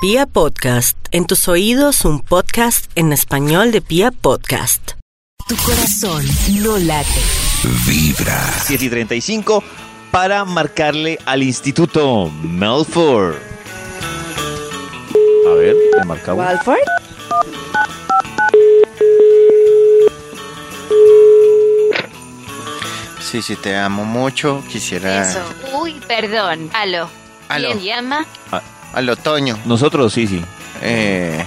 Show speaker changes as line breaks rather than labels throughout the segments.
Pia Podcast, en tus oídos un podcast en español de Pia Podcast.
Tu corazón no late.
7 y 35 para marcarle al Instituto Melford. A ver, le marcamos.
¿Walford?
Sí, sí, te amo mucho. Quisiera
Eso. Uy, perdón. Aló.
Aló.
¿Quién llama?
al otoño.
Nosotros, sí, sí.
Eh,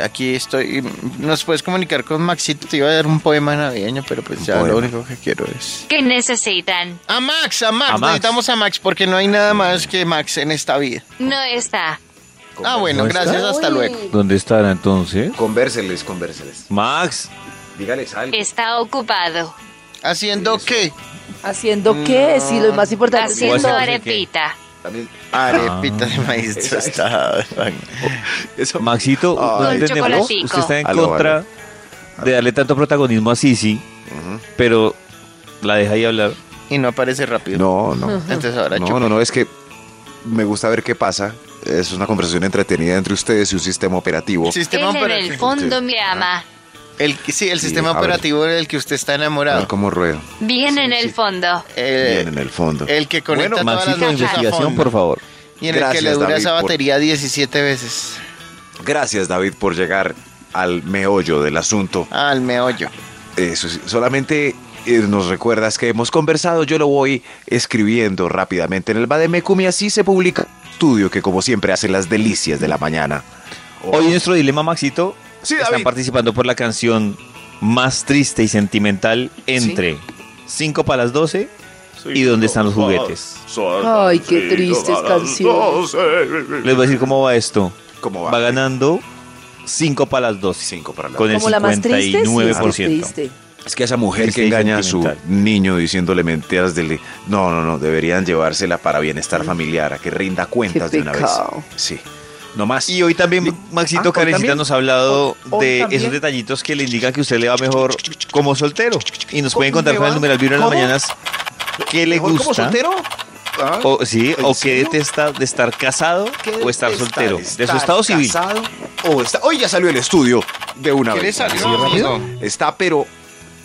aquí estoy. Nos puedes comunicar con Maxito. Te iba a dar un poema navideño, pero pues ya lo
poema.
único que quiero es.
¿Qué necesitan?
A Max, a Max,
A Max.
necesitamos a Max porque no hay nada más que Max en esta vida.
No está.
Ah, bueno,
¿No está?
gracias, hasta luego.
¿Dónde estará entonces?
Convérseles, convérseles.
Max,
Dígales algo.
Está ocupado.
¿Haciendo qué?
¿Haciendo qué? Si lo más importante es
Haciendo
hacer
arepita.
También-
Arepita
Ah.
de maíz
Exacto.
tostada.
Eso-
Maxito,
Ay.
no
Con
entendemos.
chocolatico.
Usted está en
Aló,
contra
aló.
de darle tanto protagonismo a Sisi,
Ujú.
pero la deja ahí hablar.
Y no aparece rápido.
No, no.
Entonces ahora
No,
chupa.
no, no, es que me gusta ver qué pasa. Es una conversación entretenida entre ustedes y un sistema operativo.
El sistema
Él en el
operativo.
fondo me ama.
El, sí, el
Sí,
sistema
a ver.
operativo del que usted está
A
enamorado.
ver cómo ruedo.
Bien en el fondo.
Eh,
Bien, en el fondo.
El que conecta
Bueno,
todas las
Maxito,
noches a
investigación,
fondo.
por favor.
Y en el
Gracias,
que le dura
David,
esa
por-
batería 17 veces.
Gracias, David, por llegar al meollo del asunto.
Al meollo.
Eso sí, solamente eh, nos recuerdas que hemos conversado. Yo lo voy escribiendo rápidamente en el Bademecum y así se publica un estudio que, como siempre, hace las delicias de la mañana.
Hoy nuestro dilema, Maxito,
Sí,
están
David.
participando por la canción más triste y sentimental entre 5 para las 12 y dónde están los juguetes.
Ay, qué tristes canciones.
Les voy a decir cómo va esto.
¿Cómo
Va ganando 5 para las 12.
Cinco para la
Con el
Como la más triste, sí, es que
59%.
es triste.
Es que a esa mujer
Triste
que
y
engaña a su
sentimental.
niño diciéndole mentiras del... No, no, no, deberían llevársela para
Mm.
bienestar familiar, a que rinda cuentas
Qué
de una vez.
pecado.
Sí. No más.
y hoy también,
Ah,
Maxito
hoy
Karencita
también.
nos ha hablado
Hoy
de
también.
esos detallitos que le indican que usted le va mejor como soltero. Y nos pueden
¿Cómo
contar
me
con el
va?
numeral Vibra en las
¿Cómo?
mañanas qué le
¿Mejor
gusta.
como soltero? Ah,
O, sí,
¿En
o qué
serio?
detesta de estar casado
¿qué
o estar
detesta
soltero. de
estar
su estado civil.
casado o está- Hoy ya salió el estudio de una
¿Qué le
vez.
salió,
¿Sí, rápido? Está pero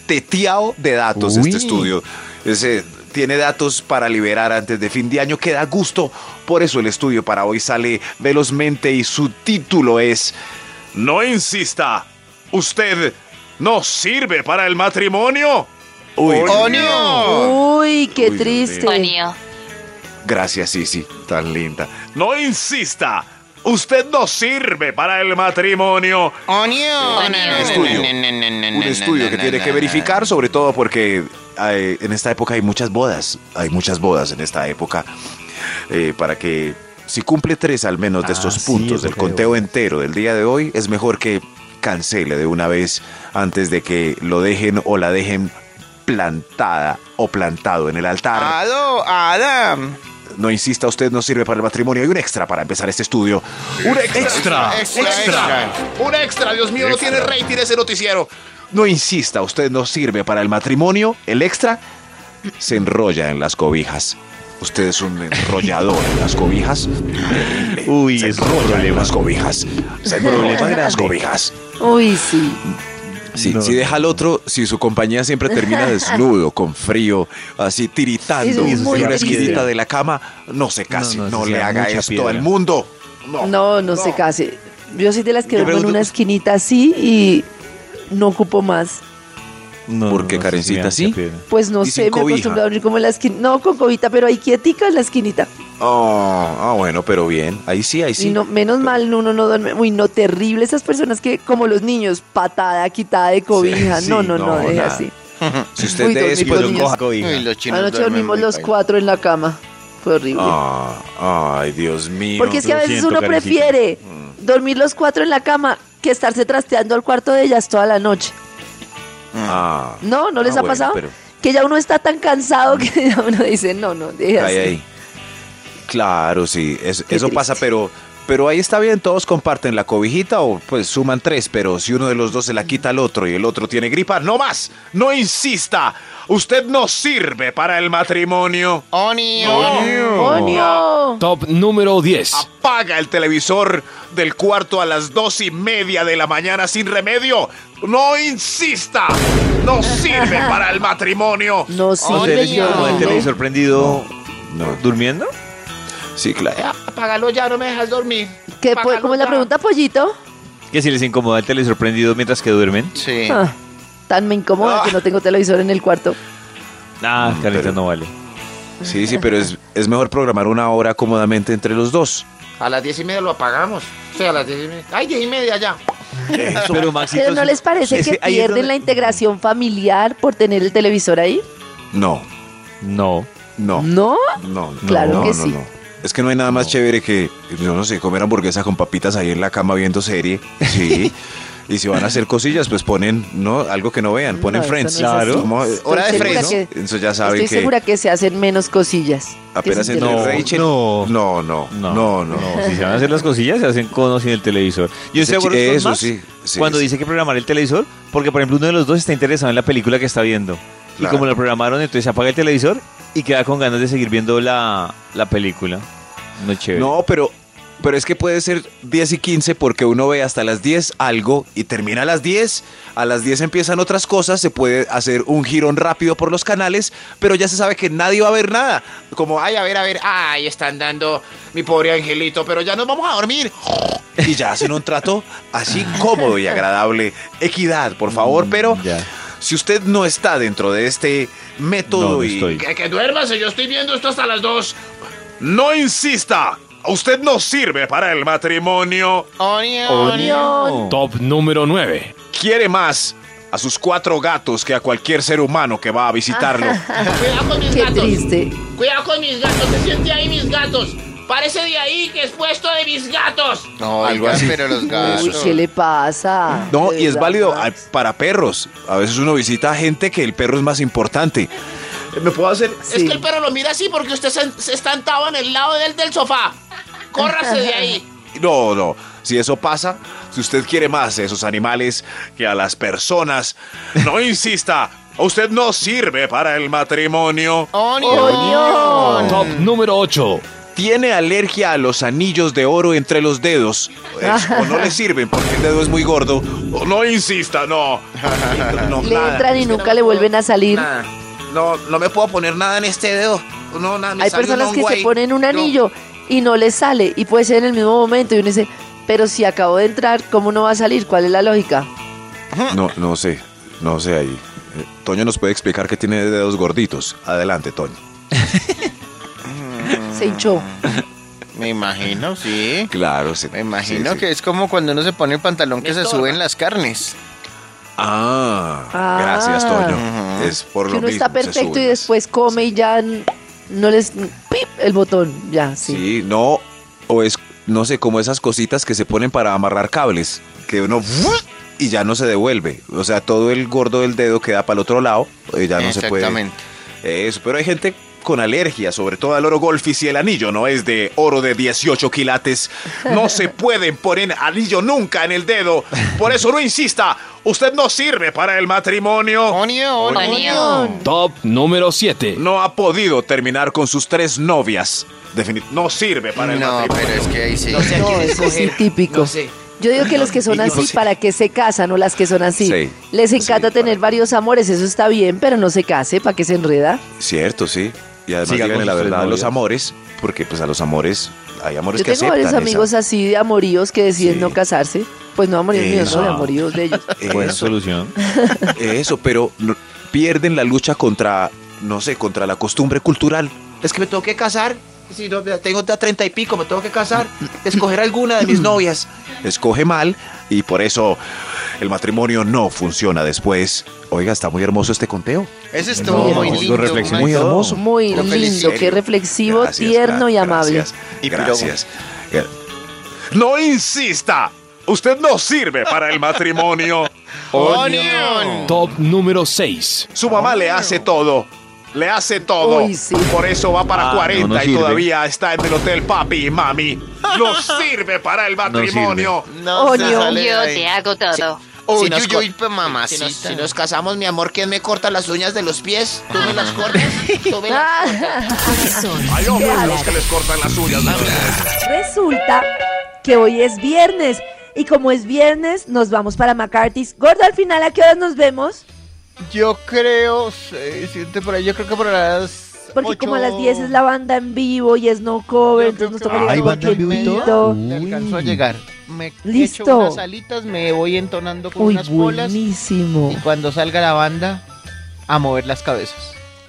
teteado de datos
Uy.
este estudio. Ese tiene datos para liberar antes de fin de año que da gusto. Por eso el estudio para hoy sale velozmente y su título es No insista. Usted no sirve para el matrimonio. Uy,
¡Onio!
Ah.
Uy, qué
Uy, Dios
triste.
Antonio.
Gracias, Sisi, tan linda.
No insista. Usted no sirve para el matrimonio.
¡Onio!
Un
estudio. un estudio que tiene que verificar, sobre todo porque hay- en esta época hay muchas bodas, hay muchas bodas en esta época, eh, para que si cumple tres al menos de
Ah,
estos
sí,
puntos del
porque hay
conteo entero del día de hoy, es mejor que cancele de una vez antes de que lo dejen o la dejen plantada o plantado en el altar.
¡Ado! ¡Adam!
No insista, usted no sirve para el matrimonio. Hay un extra para empezar este estudio. Un extra.
Extra, extra.
Un Ah, extra, Dios mío,
Extra.
no tiene rating ese noticiero. No insista, usted no sirve para el matrimonio. El extra se enrolla en las cobijas. Usted es un enrollador en las cobijas.
Uy,
se
es un
enrolla en
problema.
las cobijas. Se enrolla en las cobijas.
Uy, sí.
Sí,
No.
Si deja al otro, si su compañía siempre termina desnudo, con frío, así tiritando
Eso es
en
muy
una
triste.
esquinita de la cama, no se case,
No,
no,
no, eso
le
sería
haga
mucha
esto
piedra.
al mundo. No.
No, no se case. Yo soy de las
Yo
que duermo en
pregunto-
una esquinita así y no ocupo más.
No,
¿Por qué,
no,
Karencita,
me
sí?
hace pena.
Pues no
¿Y sin
sé, me
cobija?
acostumbro a dormir como en la esquina. No, con cobita, pero ahí quietica en la esquinita.
Oh, ah, bueno, pero bien. Ahí sí, ahí sí.
Y no, menos mal uno no duerme. Uy, no, terrible esas personas que, como los niños, patada, quitada de cobija.
sí,
no, no, no,
no,
deje
nada.
así.
si usted
Uy,
de
dormí
eso
con
yo
niños.
coja-
Uy, los chinos
Anoche
duermen
dormimos
muy
los
bien.
cuatro en la cama. Fue horrible.
Ah, ay, Dios mío.
Porque es que a
lo
veces
siento,
uno
Karencita.
prefiere dormir los cuatro en la cama que estarse trasteando al cuarto de ellas toda la noche.
Ah,
¿No? ¿No les
ah,
ha
bueno,
pasado?
pero-
Que ya uno está tan cansado que ya uno dice, no, no, deja
Ay,
así.
ay. Claro, sí, es- eso
Qué triste.
pasa, pero, pero ahí está bien, todos comparten la cobijita o pues suman tres, pero si uno de los dos se la quita al otro y el otro tiene gripa, no más, no insista,
Usted no sirve para el matrimonio.
Onio.
¡Onio!
Top número 10.
Apaga el televisor del cuarto a las dos y media de la mañana sin remedio. No insista. No sirve para el matrimonio.
No sirve.
¿Usted
Dios.
como el televisor prendido durmiendo?
Sí, claro.
Apágalo ya, no me dejas dormir.
¿Qué, po- ¿Cómo es la pregunta, pollito?
Que si les incomoda el televisor prendido mientras que duermen.
Sí.
Ah, tan me incomoda que no tengo televisor en el cuarto.
Ah, Carlita
pero-
no vale.
Sí, sí, pero es, es mejor programar una hora cómodamente entre los dos.
A las diez y media lo apagamos. Sí, a las diez y media. Ay, diez y media ya.
Pero Maxito,
Pero ¿no
sí-
les parece
ese-
que
ahí es
pierden la
donde-
integración familiar por tener el televisor ahí?
No,
No.
no.
¿No?
No, no,
Claro
no,
que
no,
sí.
no. Es que no hay nada más chévere que, yo no sé, comer hamburguesa con papitas ahí en la cama viendo serie. Sí. y si van a hacer cosillas, pues ponen, ¿no? Algo que no vean, ponen
No, eso
Friends.
no es así.
Como, eh,
Estoy
Hora de
segura
Friends,
que-
¿no? Entonces ya saben
Estoy
que
segura que se hacen menos cosillas. que
apenas
sin
entre
No,
televisor.
Rachel.
no.
No, no, no,
No.
no.
Si se van a hacer las cosillas, se hacen con o sin el televisor. Yo
Ese
estoy de acuerdo
chi-
con
eso
Max
sí, sí,
cuando
sí.
dice que programar el televisor, porque por ejemplo uno de los dos está interesado en la película que está viendo.
Claro.
Y como lo programaron, entonces apaga el televisor y queda con ganas de seguir viendo la, la película. No es chévere.
No, pero, pero es que puede ser 10 y 15 porque uno ve hasta las 10 algo y termina a las 10. A las 10 empiezan otras cosas, se puede hacer un girón rápido por los canales, pero ya se sabe que nadie va a ver nada. Como, ay, a ver, a ver,
Ay, están dando mi pobre angelito, pero ya nos vamos a dormir.
y ya hacen un trato así cómodo y agradable. Equidad, por favor, pero
Mm, ya.
si usted no está dentro de este método
No, no
y
estoy.
Que, que duermas, yo estoy viendo esto hasta las dos.
No insista. Usted no sirve para el matrimonio.
Onio.
Top número 9.
Quiere más a sus cuatro gatos que a cualquier ser humano que va a visitarlo.
Cuidado con mis
Qué
gatos.
triste.
Cuidado con mis gatos. Se siente ahí mis gatos. Parece de ahí que es puesto de mis gatos. No,
Algo
oiga,
así.
pero los
Uy,
gatos.
¿qué le pasa?
Ah, No,
De
y es
verdad,
válido
Max.
ay, para perros. A veces uno visita a gente que el perro es más importante. ¿Me puedo hacer?
Es
Sí.
que el perro lo mira así porque usted se, se está entado en el lado del, del sofá. Córrase de ahí.
No, no. Si eso pasa, si usted quiere más de esos animales que a las personas,
No insista. Usted no sirve para el matrimonio.
Top número 8.
tiene alergia a los anillos de oro entre los dedos. Es- o no le sirven porque el dedo es muy gordo.
Oh, No insista, no.
No,
Le
nada.
entran y nunca le vuelven a salir.
Nada. No, no me puedo poner nada en este dedo. No, nada, me
Hay
sale un
personas que
hongo
se
ahí.
ponen un
No.
anillo y no les sale. Y puede ser en el mismo momento. Y uno dice, pero si acabo de entrar, ¿cómo no va a salir? ¿Cuál es la lógica?
No, no sé, no sé ahí. Eh, Toño nos puede explicar que tiene dedos gorditos. Adelante, Toño.
Se
Mm,
hinchó.
Me imagino, sí.
Claro, sí.
Me imagino
sí, sí.
que es como cuando uno se pone el pantalón que se suben las carnes.
Ah,
Ah.
gracias, Toño.
Ujú.
Es por
Que
lo
uno
mismo.
está
se
perfecto y
suben.
después come y ya n- no les... ¡Pip! El botón. Ya, sí.
Sí, no, o es, no sé, como esas cositas que se ponen para amarrar cables, que uno y ya no se devuelve. O sea, todo el gordo del dedo queda para el otro lado y ya no se puede.
Exactamente.
Eso, pero hay gente con alergia, sobre todo al oro golf y si el anillo no es de oro de 18 quilates.
No se pueden poner anillo nunca en el dedo. Por eso no insista. Usted no sirve para el
Oh.
matrimonio.
Onion,
Onion.
Top número 7.
No ha podido terminar con sus tres novias. Definit- no sirve para el
No,
matrimonio.
pero es que ahí sí.
No, eso es típico. Yo digo que los que son así, ¿para qué se casan o las que son así?
Sí.
Les encanta
Sí,
tener varios amores, eso está bien, pero no se case, ¿para qué se enreda?
Cierto, sí. Y además
Sí,
díganle
con
la
sus
verdad a los
novias.
amores, porque pues a los amores hay amores
Yo
que
tengo varios
aceptan esa-
amigos así de amoríos que deciden
Sí.
no casarse. Pues no amoríos míos, no, de
Eso.
amoríos de ellos.
Buena
Eso.
solución.
Eso, pero no- pierden la lucha contra, no sé, contra la costumbre cultural.
Es que me tengo que casar. Si no, ya tengo ya treinta y pico, me tengo que casar. Escoger alguna de mis novias.
Escoge mal y por eso el matrimonio no funciona después. Oiga, está muy hermoso este conteo.
Ese estuvo
No,
muy
algo
lindo.
reflexivo.
Muy
Max.
hermoso.
Muy
Lo
lindo,
felicito.
qué reflexivo,
Gracias,
tierno
gra-
y amable.
Gracias.
Y pirobo.
gracias. Gra-
Eh, No insista. Usted no sirve para el matrimonio.
Onion.
Top número 6.
Su mamá le hace todo. Le hace todo.
Uy, sí.
Por eso va para
Ah,
40
no, no
y
sirve.
todavía está en el hotel papi y mami. No sirve para el matrimonio.
No se
Onion.
sale de
Yo
ahí.
te hago todo.
Uy,
nos
uy,
co-
uy, pues, mamacita.
Si nos, si nos casamos, mi amor, ¿quién me corta las uñas de los pies? Tú me las cortas, tú me
Ah.
las
Corazón.
Hay hombres a los que les cortan las uñas. ¿no?
Resulta que hoy es viernes y como es viernes nos vamos para McCarthy's. Gordo, al final a qué horas nos vemos?
Yo creo, sí, siete por ahí, yo creo que por las.
Porque como a
ocho-
las 10 es la banda en vivo y es no cover, entonces nos toca
Ah,
llegar
¿hay
como
banda en vivo y
tiempito.
Me alcanzó a llegar. Me
Listo.
echo unas alitas, me voy entonando con
Uy,
unas bolas.
buenísimo.
Y cuando salga la banda, a mover las cabezas.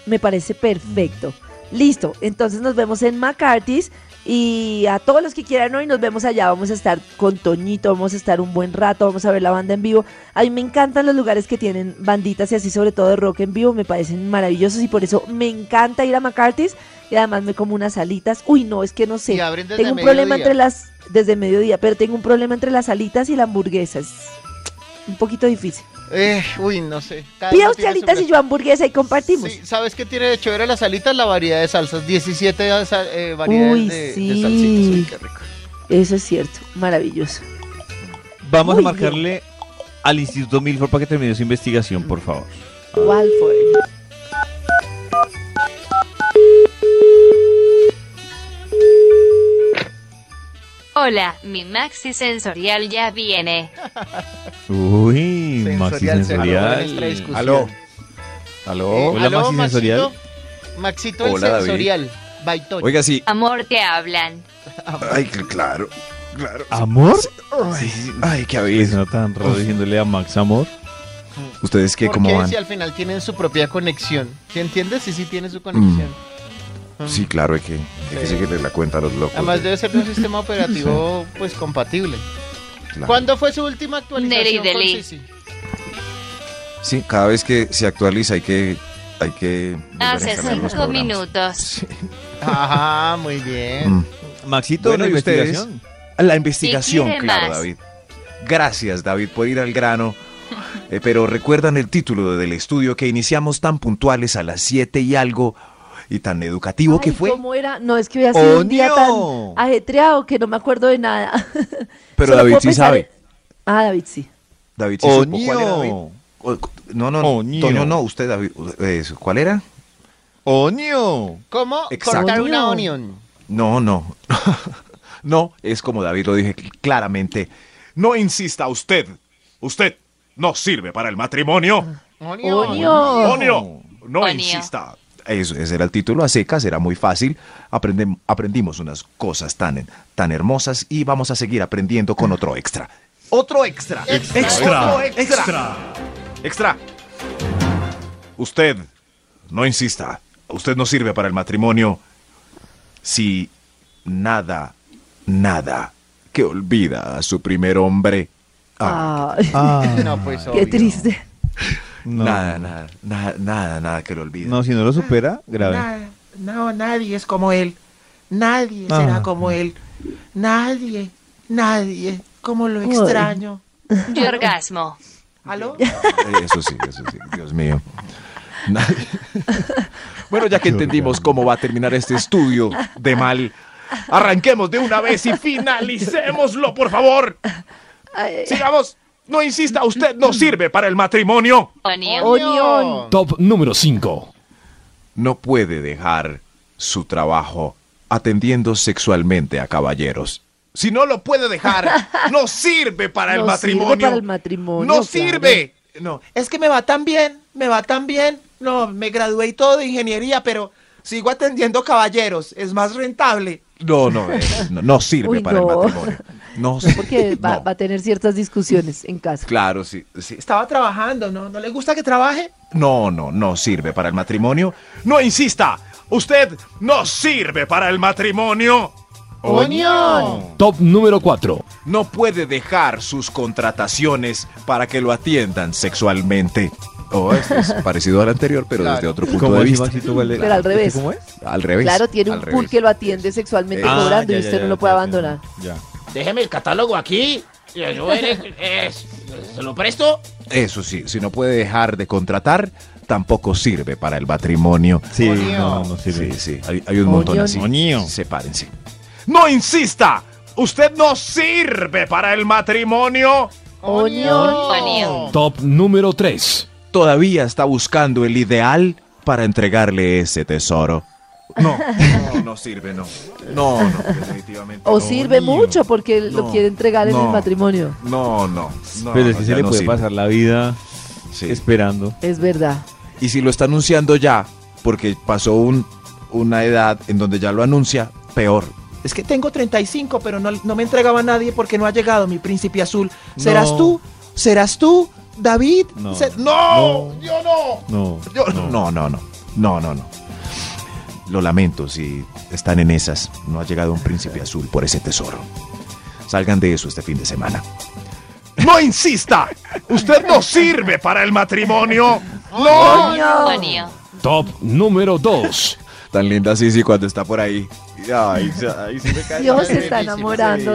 Me parece perfecto. Listo, entonces nos vemos en McCarthy's y a todos los que quieran hoy nos vemos allá. Vamos a estar con Toñito, vamos a estar un buen rato, vamos a ver la banda en vivo. A mí me encantan los lugares que tienen banditas y así, sobre todo de rock en vivo, me parecen maravillosos y por eso me encanta ir a McCarthy's y además me como unas alitas. Uy, no, es que no sé.
Y abren desde
Tengo un problema
mediodía.
entre las. desde mediodía, pero tengo un problema entre las alitas y la hamburguesa. Es un poquito difícil.
Eh, uy, no sé. Cada
Pida
uno
usted
tiene su
alitas y
plato.
yo hamburguesa y compartimos.
Sí, ¿Sabes qué tiene de chévere las alitas? La variedad de salsas. 17 sa- eh, variedades
Uy,
de, de
sí.
salsitas. Uy, qué rico.
Eso es cierto, maravilloso.
Vamos a
Muy
marcarle al Instituto Milford para que termine su investigación, por favor.
Walford.
Hola, mi maxi sensorial ya viene.
Uy, Maxi
Sensorial, se acabó en esta
Sensorial.
discusión. Eh,
Aló. Aló.
Hola, Maxi Sensorial.
Maxito, Maxito
Hola,
el
David.
sensorial. Baitón.
Oiga, sí.
Amor, te hablan.
Ay, cl- claro. Claro.
¿Amor?
Ay, Ah, ay, qué
¿Qué
aviso.
suena tan raro diciéndole a Max Amor?
¿Ustedes qué?
¿Por
¿Cómo
qué
van?
si al final tienen su propia conexión? ¿Sí entiendes? Sí, sí tiene su conexión.
Mm. Sí, claro, hay que, hay que
Sí.
seguirle la cuenta a los locos.
Además debe ser de un sistema operativo pues compatible.
Claro.
¿Cuándo fue su última actualización
Neri
con
Deli.
Sisi?
Sí, cada vez que se actualiza hay que... Hay que volver a
Hace
instalar los
cinco
programas.
minutos.
Sí.
Ajá, muy bien.
Mm.
Maxito,
Bueno,
la
¿y ustedes?
investigación.
La investigación,
Si quiere
claro,
más.
David. Gracias, David, por ir al grano. Eh, pero recuerdan el título del estudio que iniciamos tan puntuales a las 7 y algo y tan educativo que
Ay,
fue.
¿Cómo era? No, es que había sido
¡Oh,
un día
no!
tan ajetreado que no me acuerdo de nada.
Pero
Solo
David
puedo
sí
pensar
sabe.
en- Ah, David sí.
David, sí
Oh,
supo. ¿cuál era David?
no.
O- No, no,
Oh,
no, Toño,
no.
no, usted, David, eh, ¿cuál era?
¡Oño!
¿Cómo
Exacto.
cortar una
Onion.
onion?
No, no. no, es como David lo dije claramente.
No insista usted. Usted no sirve para el matrimonio.
Onion.
Onion.
Onio, no
Onio.
insista.
Eso, ese era el título a secas, era muy fácil. Aprendem- aprendimos unas cosas tan, tan hermosas y vamos a seguir aprendiendo con otro extra. Otro extra.
Eh,
Extra.
Otro extra.
Extra. Usted no insista. Usted no sirve para el matrimonio.
Si nada, nada que olvida a su primer hombre. Ah,
Ay,
No, pues
qué
obvio.
triste.
No,
Nada, nada, nada, nada, nada que lo olvide.
no, si no lo supera, grave.
Na- no, nadie es como él. Nadie
Ah.
será como él. Nadie, nadie. Como lo extraño.
Yo orgasmo.
¿Aló?
Eso sí, eso sí, Dios mío. Na- bueno, ya que entendimos cómo va a terminar este estudio de mal,
Arranquemos de una vez y finalicémoslo, por favor.
Ay,
Sigamos. No insista, usted no sirve para el matrimonio.
Onion.
Onion.
Top número 5.
no puede dejar su trabajo atendiendo sexualmente a caballeros.
Si no lo puede dejar, no sirve para el
No sirve
matrimonio.
para el matrimonio,
No
claro.
sirve.
No, es que me va tan bien, me va tan bien. No, me gradué y todo de ingeniería, pero sigo atendiendo caballeros. Es más rentable.
No, no, eh, no, no sirve
Uy,
para el
no.
matrimonio. No, sirve,
Porque va,
no.
va a tener ciertas discusiones en casa.
Claro, sí, sí. está-
Estaba trabajando, ¿no? ¿No le gusta que trabaje?
No, no, no sirve para el matrimonio.
No insista. Usted no sirve para el matrimonio.
Onion.
Top número 4.
No puede dejar sus contrataciones para que lo atiendan sexualmente. Oh, este es parecido al anterior, pero desde otro punto
¿Cómo
de
es,
vista.
Maxito? ¿Cuál era?
Pero al revés.
¿Cómo es?
Al revés.
Claro, tiene
al
un
revés.
pool que lo atiende sexualmente
Eh,
Ah,
cobrando
ya,
y
ya,
usted
ya,
no lo
ya,
puede
ya,
abandonar.
Ya.
Déjeme el catálogo aquí. Yo, yo veré, eh, se lo presto.
Eso sí, si no puede dejar de contratar, tampoco sirve para el matrimonio.
Sí,
Oño.
no, no
Sí,
sirve.
sí, hay, hay un montón
Oño.
así.
Oño.
Sepárense.
No insista. Usted no sirve para el matrimonio.
Top número 3.
Todavía está buscando el ideal para entregarle ese tesoro. No,
no, no sirve, no.
No, no, definitivamente.
O sirve mucho porque lo
No,
quiere entregar en el
no.
matrimonio.
No, no. no,
Pero es
no,
que
ya
se le
no
puede
sirve.
pasar la vida esperando.
Es verdad.
Y si lo está anunciando ya, porque pasó un, una edad en donde ya lo anuncia, peor.
Es que tengo 35, pero no, no me entregaba a nadie porque no ha llegado mi príncipe azul. ¿Serás
No.
tú? ¿Serás tú, David?
No.
Se-
No.
¡Yo no!
No.
Yo-
no, no, no. No, no, no. Lo lamento si están en esas. No ha llegado un príncipe azul por ese tesoro. Salgan de eso este fin de semana.
¡No insista! ¡Usted no sirve para el matrimonio! ¡No!
Top número 2.
Tan linda Sisi cuando está por ahí. Ay, ay, sí me cae.
Dios
tan
se está
bellísima
enamorando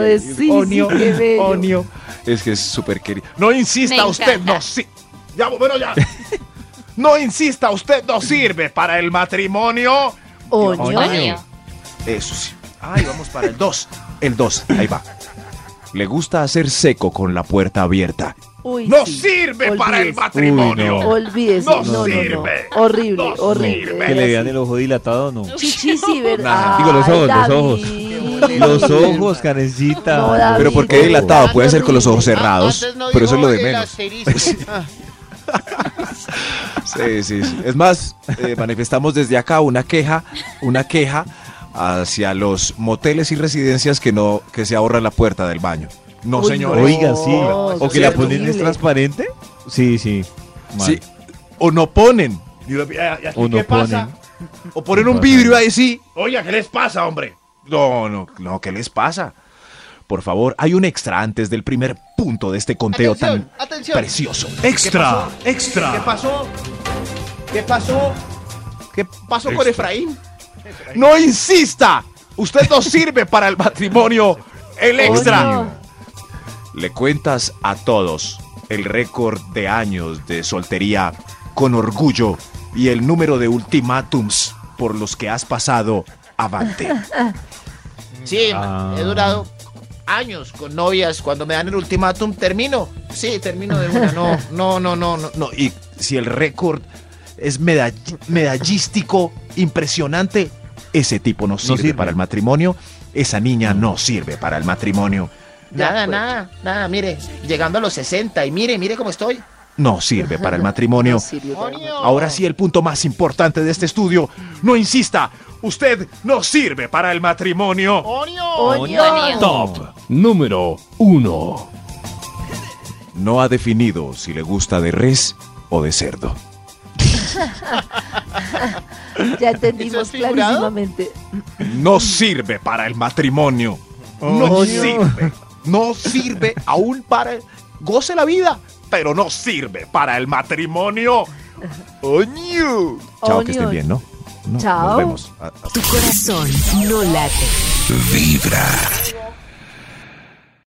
esa
de
belleza.
sí,
Onio,
qué bello.
Onio. Es que es súper querido.
No insista,
Me
usted
encanta.
no sirve. Ya, bueno, ya. No insista, usted no sirve para el matrimonio.
Oño.
Oño.
Eso sí. Ay, vamos para el 2. El 2, ahí va. Le gusta hacer seco con la puerta abierta.
Uy,
no
sí.
sirve para el
Olvídese.
matrimonio.
Uy, no.
Olvídese.
No
No, no, no.
sirve.
Horrible,
No
horrible.
sirve.
Que le vean el ojo dilatado, no.
Sí, sí, sí,
Nah,
verdad.
digo, los
Ay,
ojos, los
David.
ojos. Los ojos, Karencita.
No, David.
Pero ¿por qué dilatado? Puede ser con los ojos cerrados.
Antes no
Pero eso es
dijo
lo de
el
menos. Pues,
asterisco. Ah.
Sí, sí, sí. Es más, eh, manifestamos desde acá una queja, una queja hacia los moteles y residencias que no, que se ahorra la puerta del baño. No,
Uy,
señores.
Oiga, sí. O que la
Cierto.
ponen es transparente. Sí, sí. Mal.
Sí. O no ponen.
Y uno- y aquí,
O no
¿Qué pasa?
ponen.
O ponen un
pasa
vidrio ahí sí.
Oiga, ¿qué les pasa, hombre?
No, no, no, ¿qué les pasa? Por favor, hay un extra antes del primer punto de este conteo
Atención,
tan
atención.
precioso.
Extra, extra.
¿Qué pasó? ¿Qué pasó?
¿Qué
¿Pasó con Efraín?
No insista. Usted no sirve para el matrimonio. El extra.
Oño.
Le cuentas a todos el récord de años de soltería con orgullo y el número de ultimátums por los que has pasado avante.
Sí,
Ah.
he durado años con novias. Cuando me dan el ultimátum, termino. Sí, termino de una. No, no, no, no. no.
No, y si el récord es medall- medallístico, impresionante, ese tipo no sirve,
sirve.
para el matrimonio, esa niña no sirve para el matrimonio,
Nada,
pues.
nada, nada. Mire, llegando a los 60 y mire, mire cómo estoy.
no sirve para el matrimonio.
No sirve para nada.
Ahora sí, el punto más importante de este estudio, no insista,
Usted no sirve para el matrimonio.
Oño.
Top número 1.
no ha definido si le gusta de res o de cerdo.
Ya entendimos
¿Eso es figurado?
clarísimamente.
No sirve para el matrimonio. No sirve. No sirve aún para... el- Goce la vida, pero no sirve para el matrimonio. ¡Oño!
Chao,
Oño.
que estén bien, ¿no? No,
Chao.
Nos vemos. A-
Tu corazón no late. Vibra.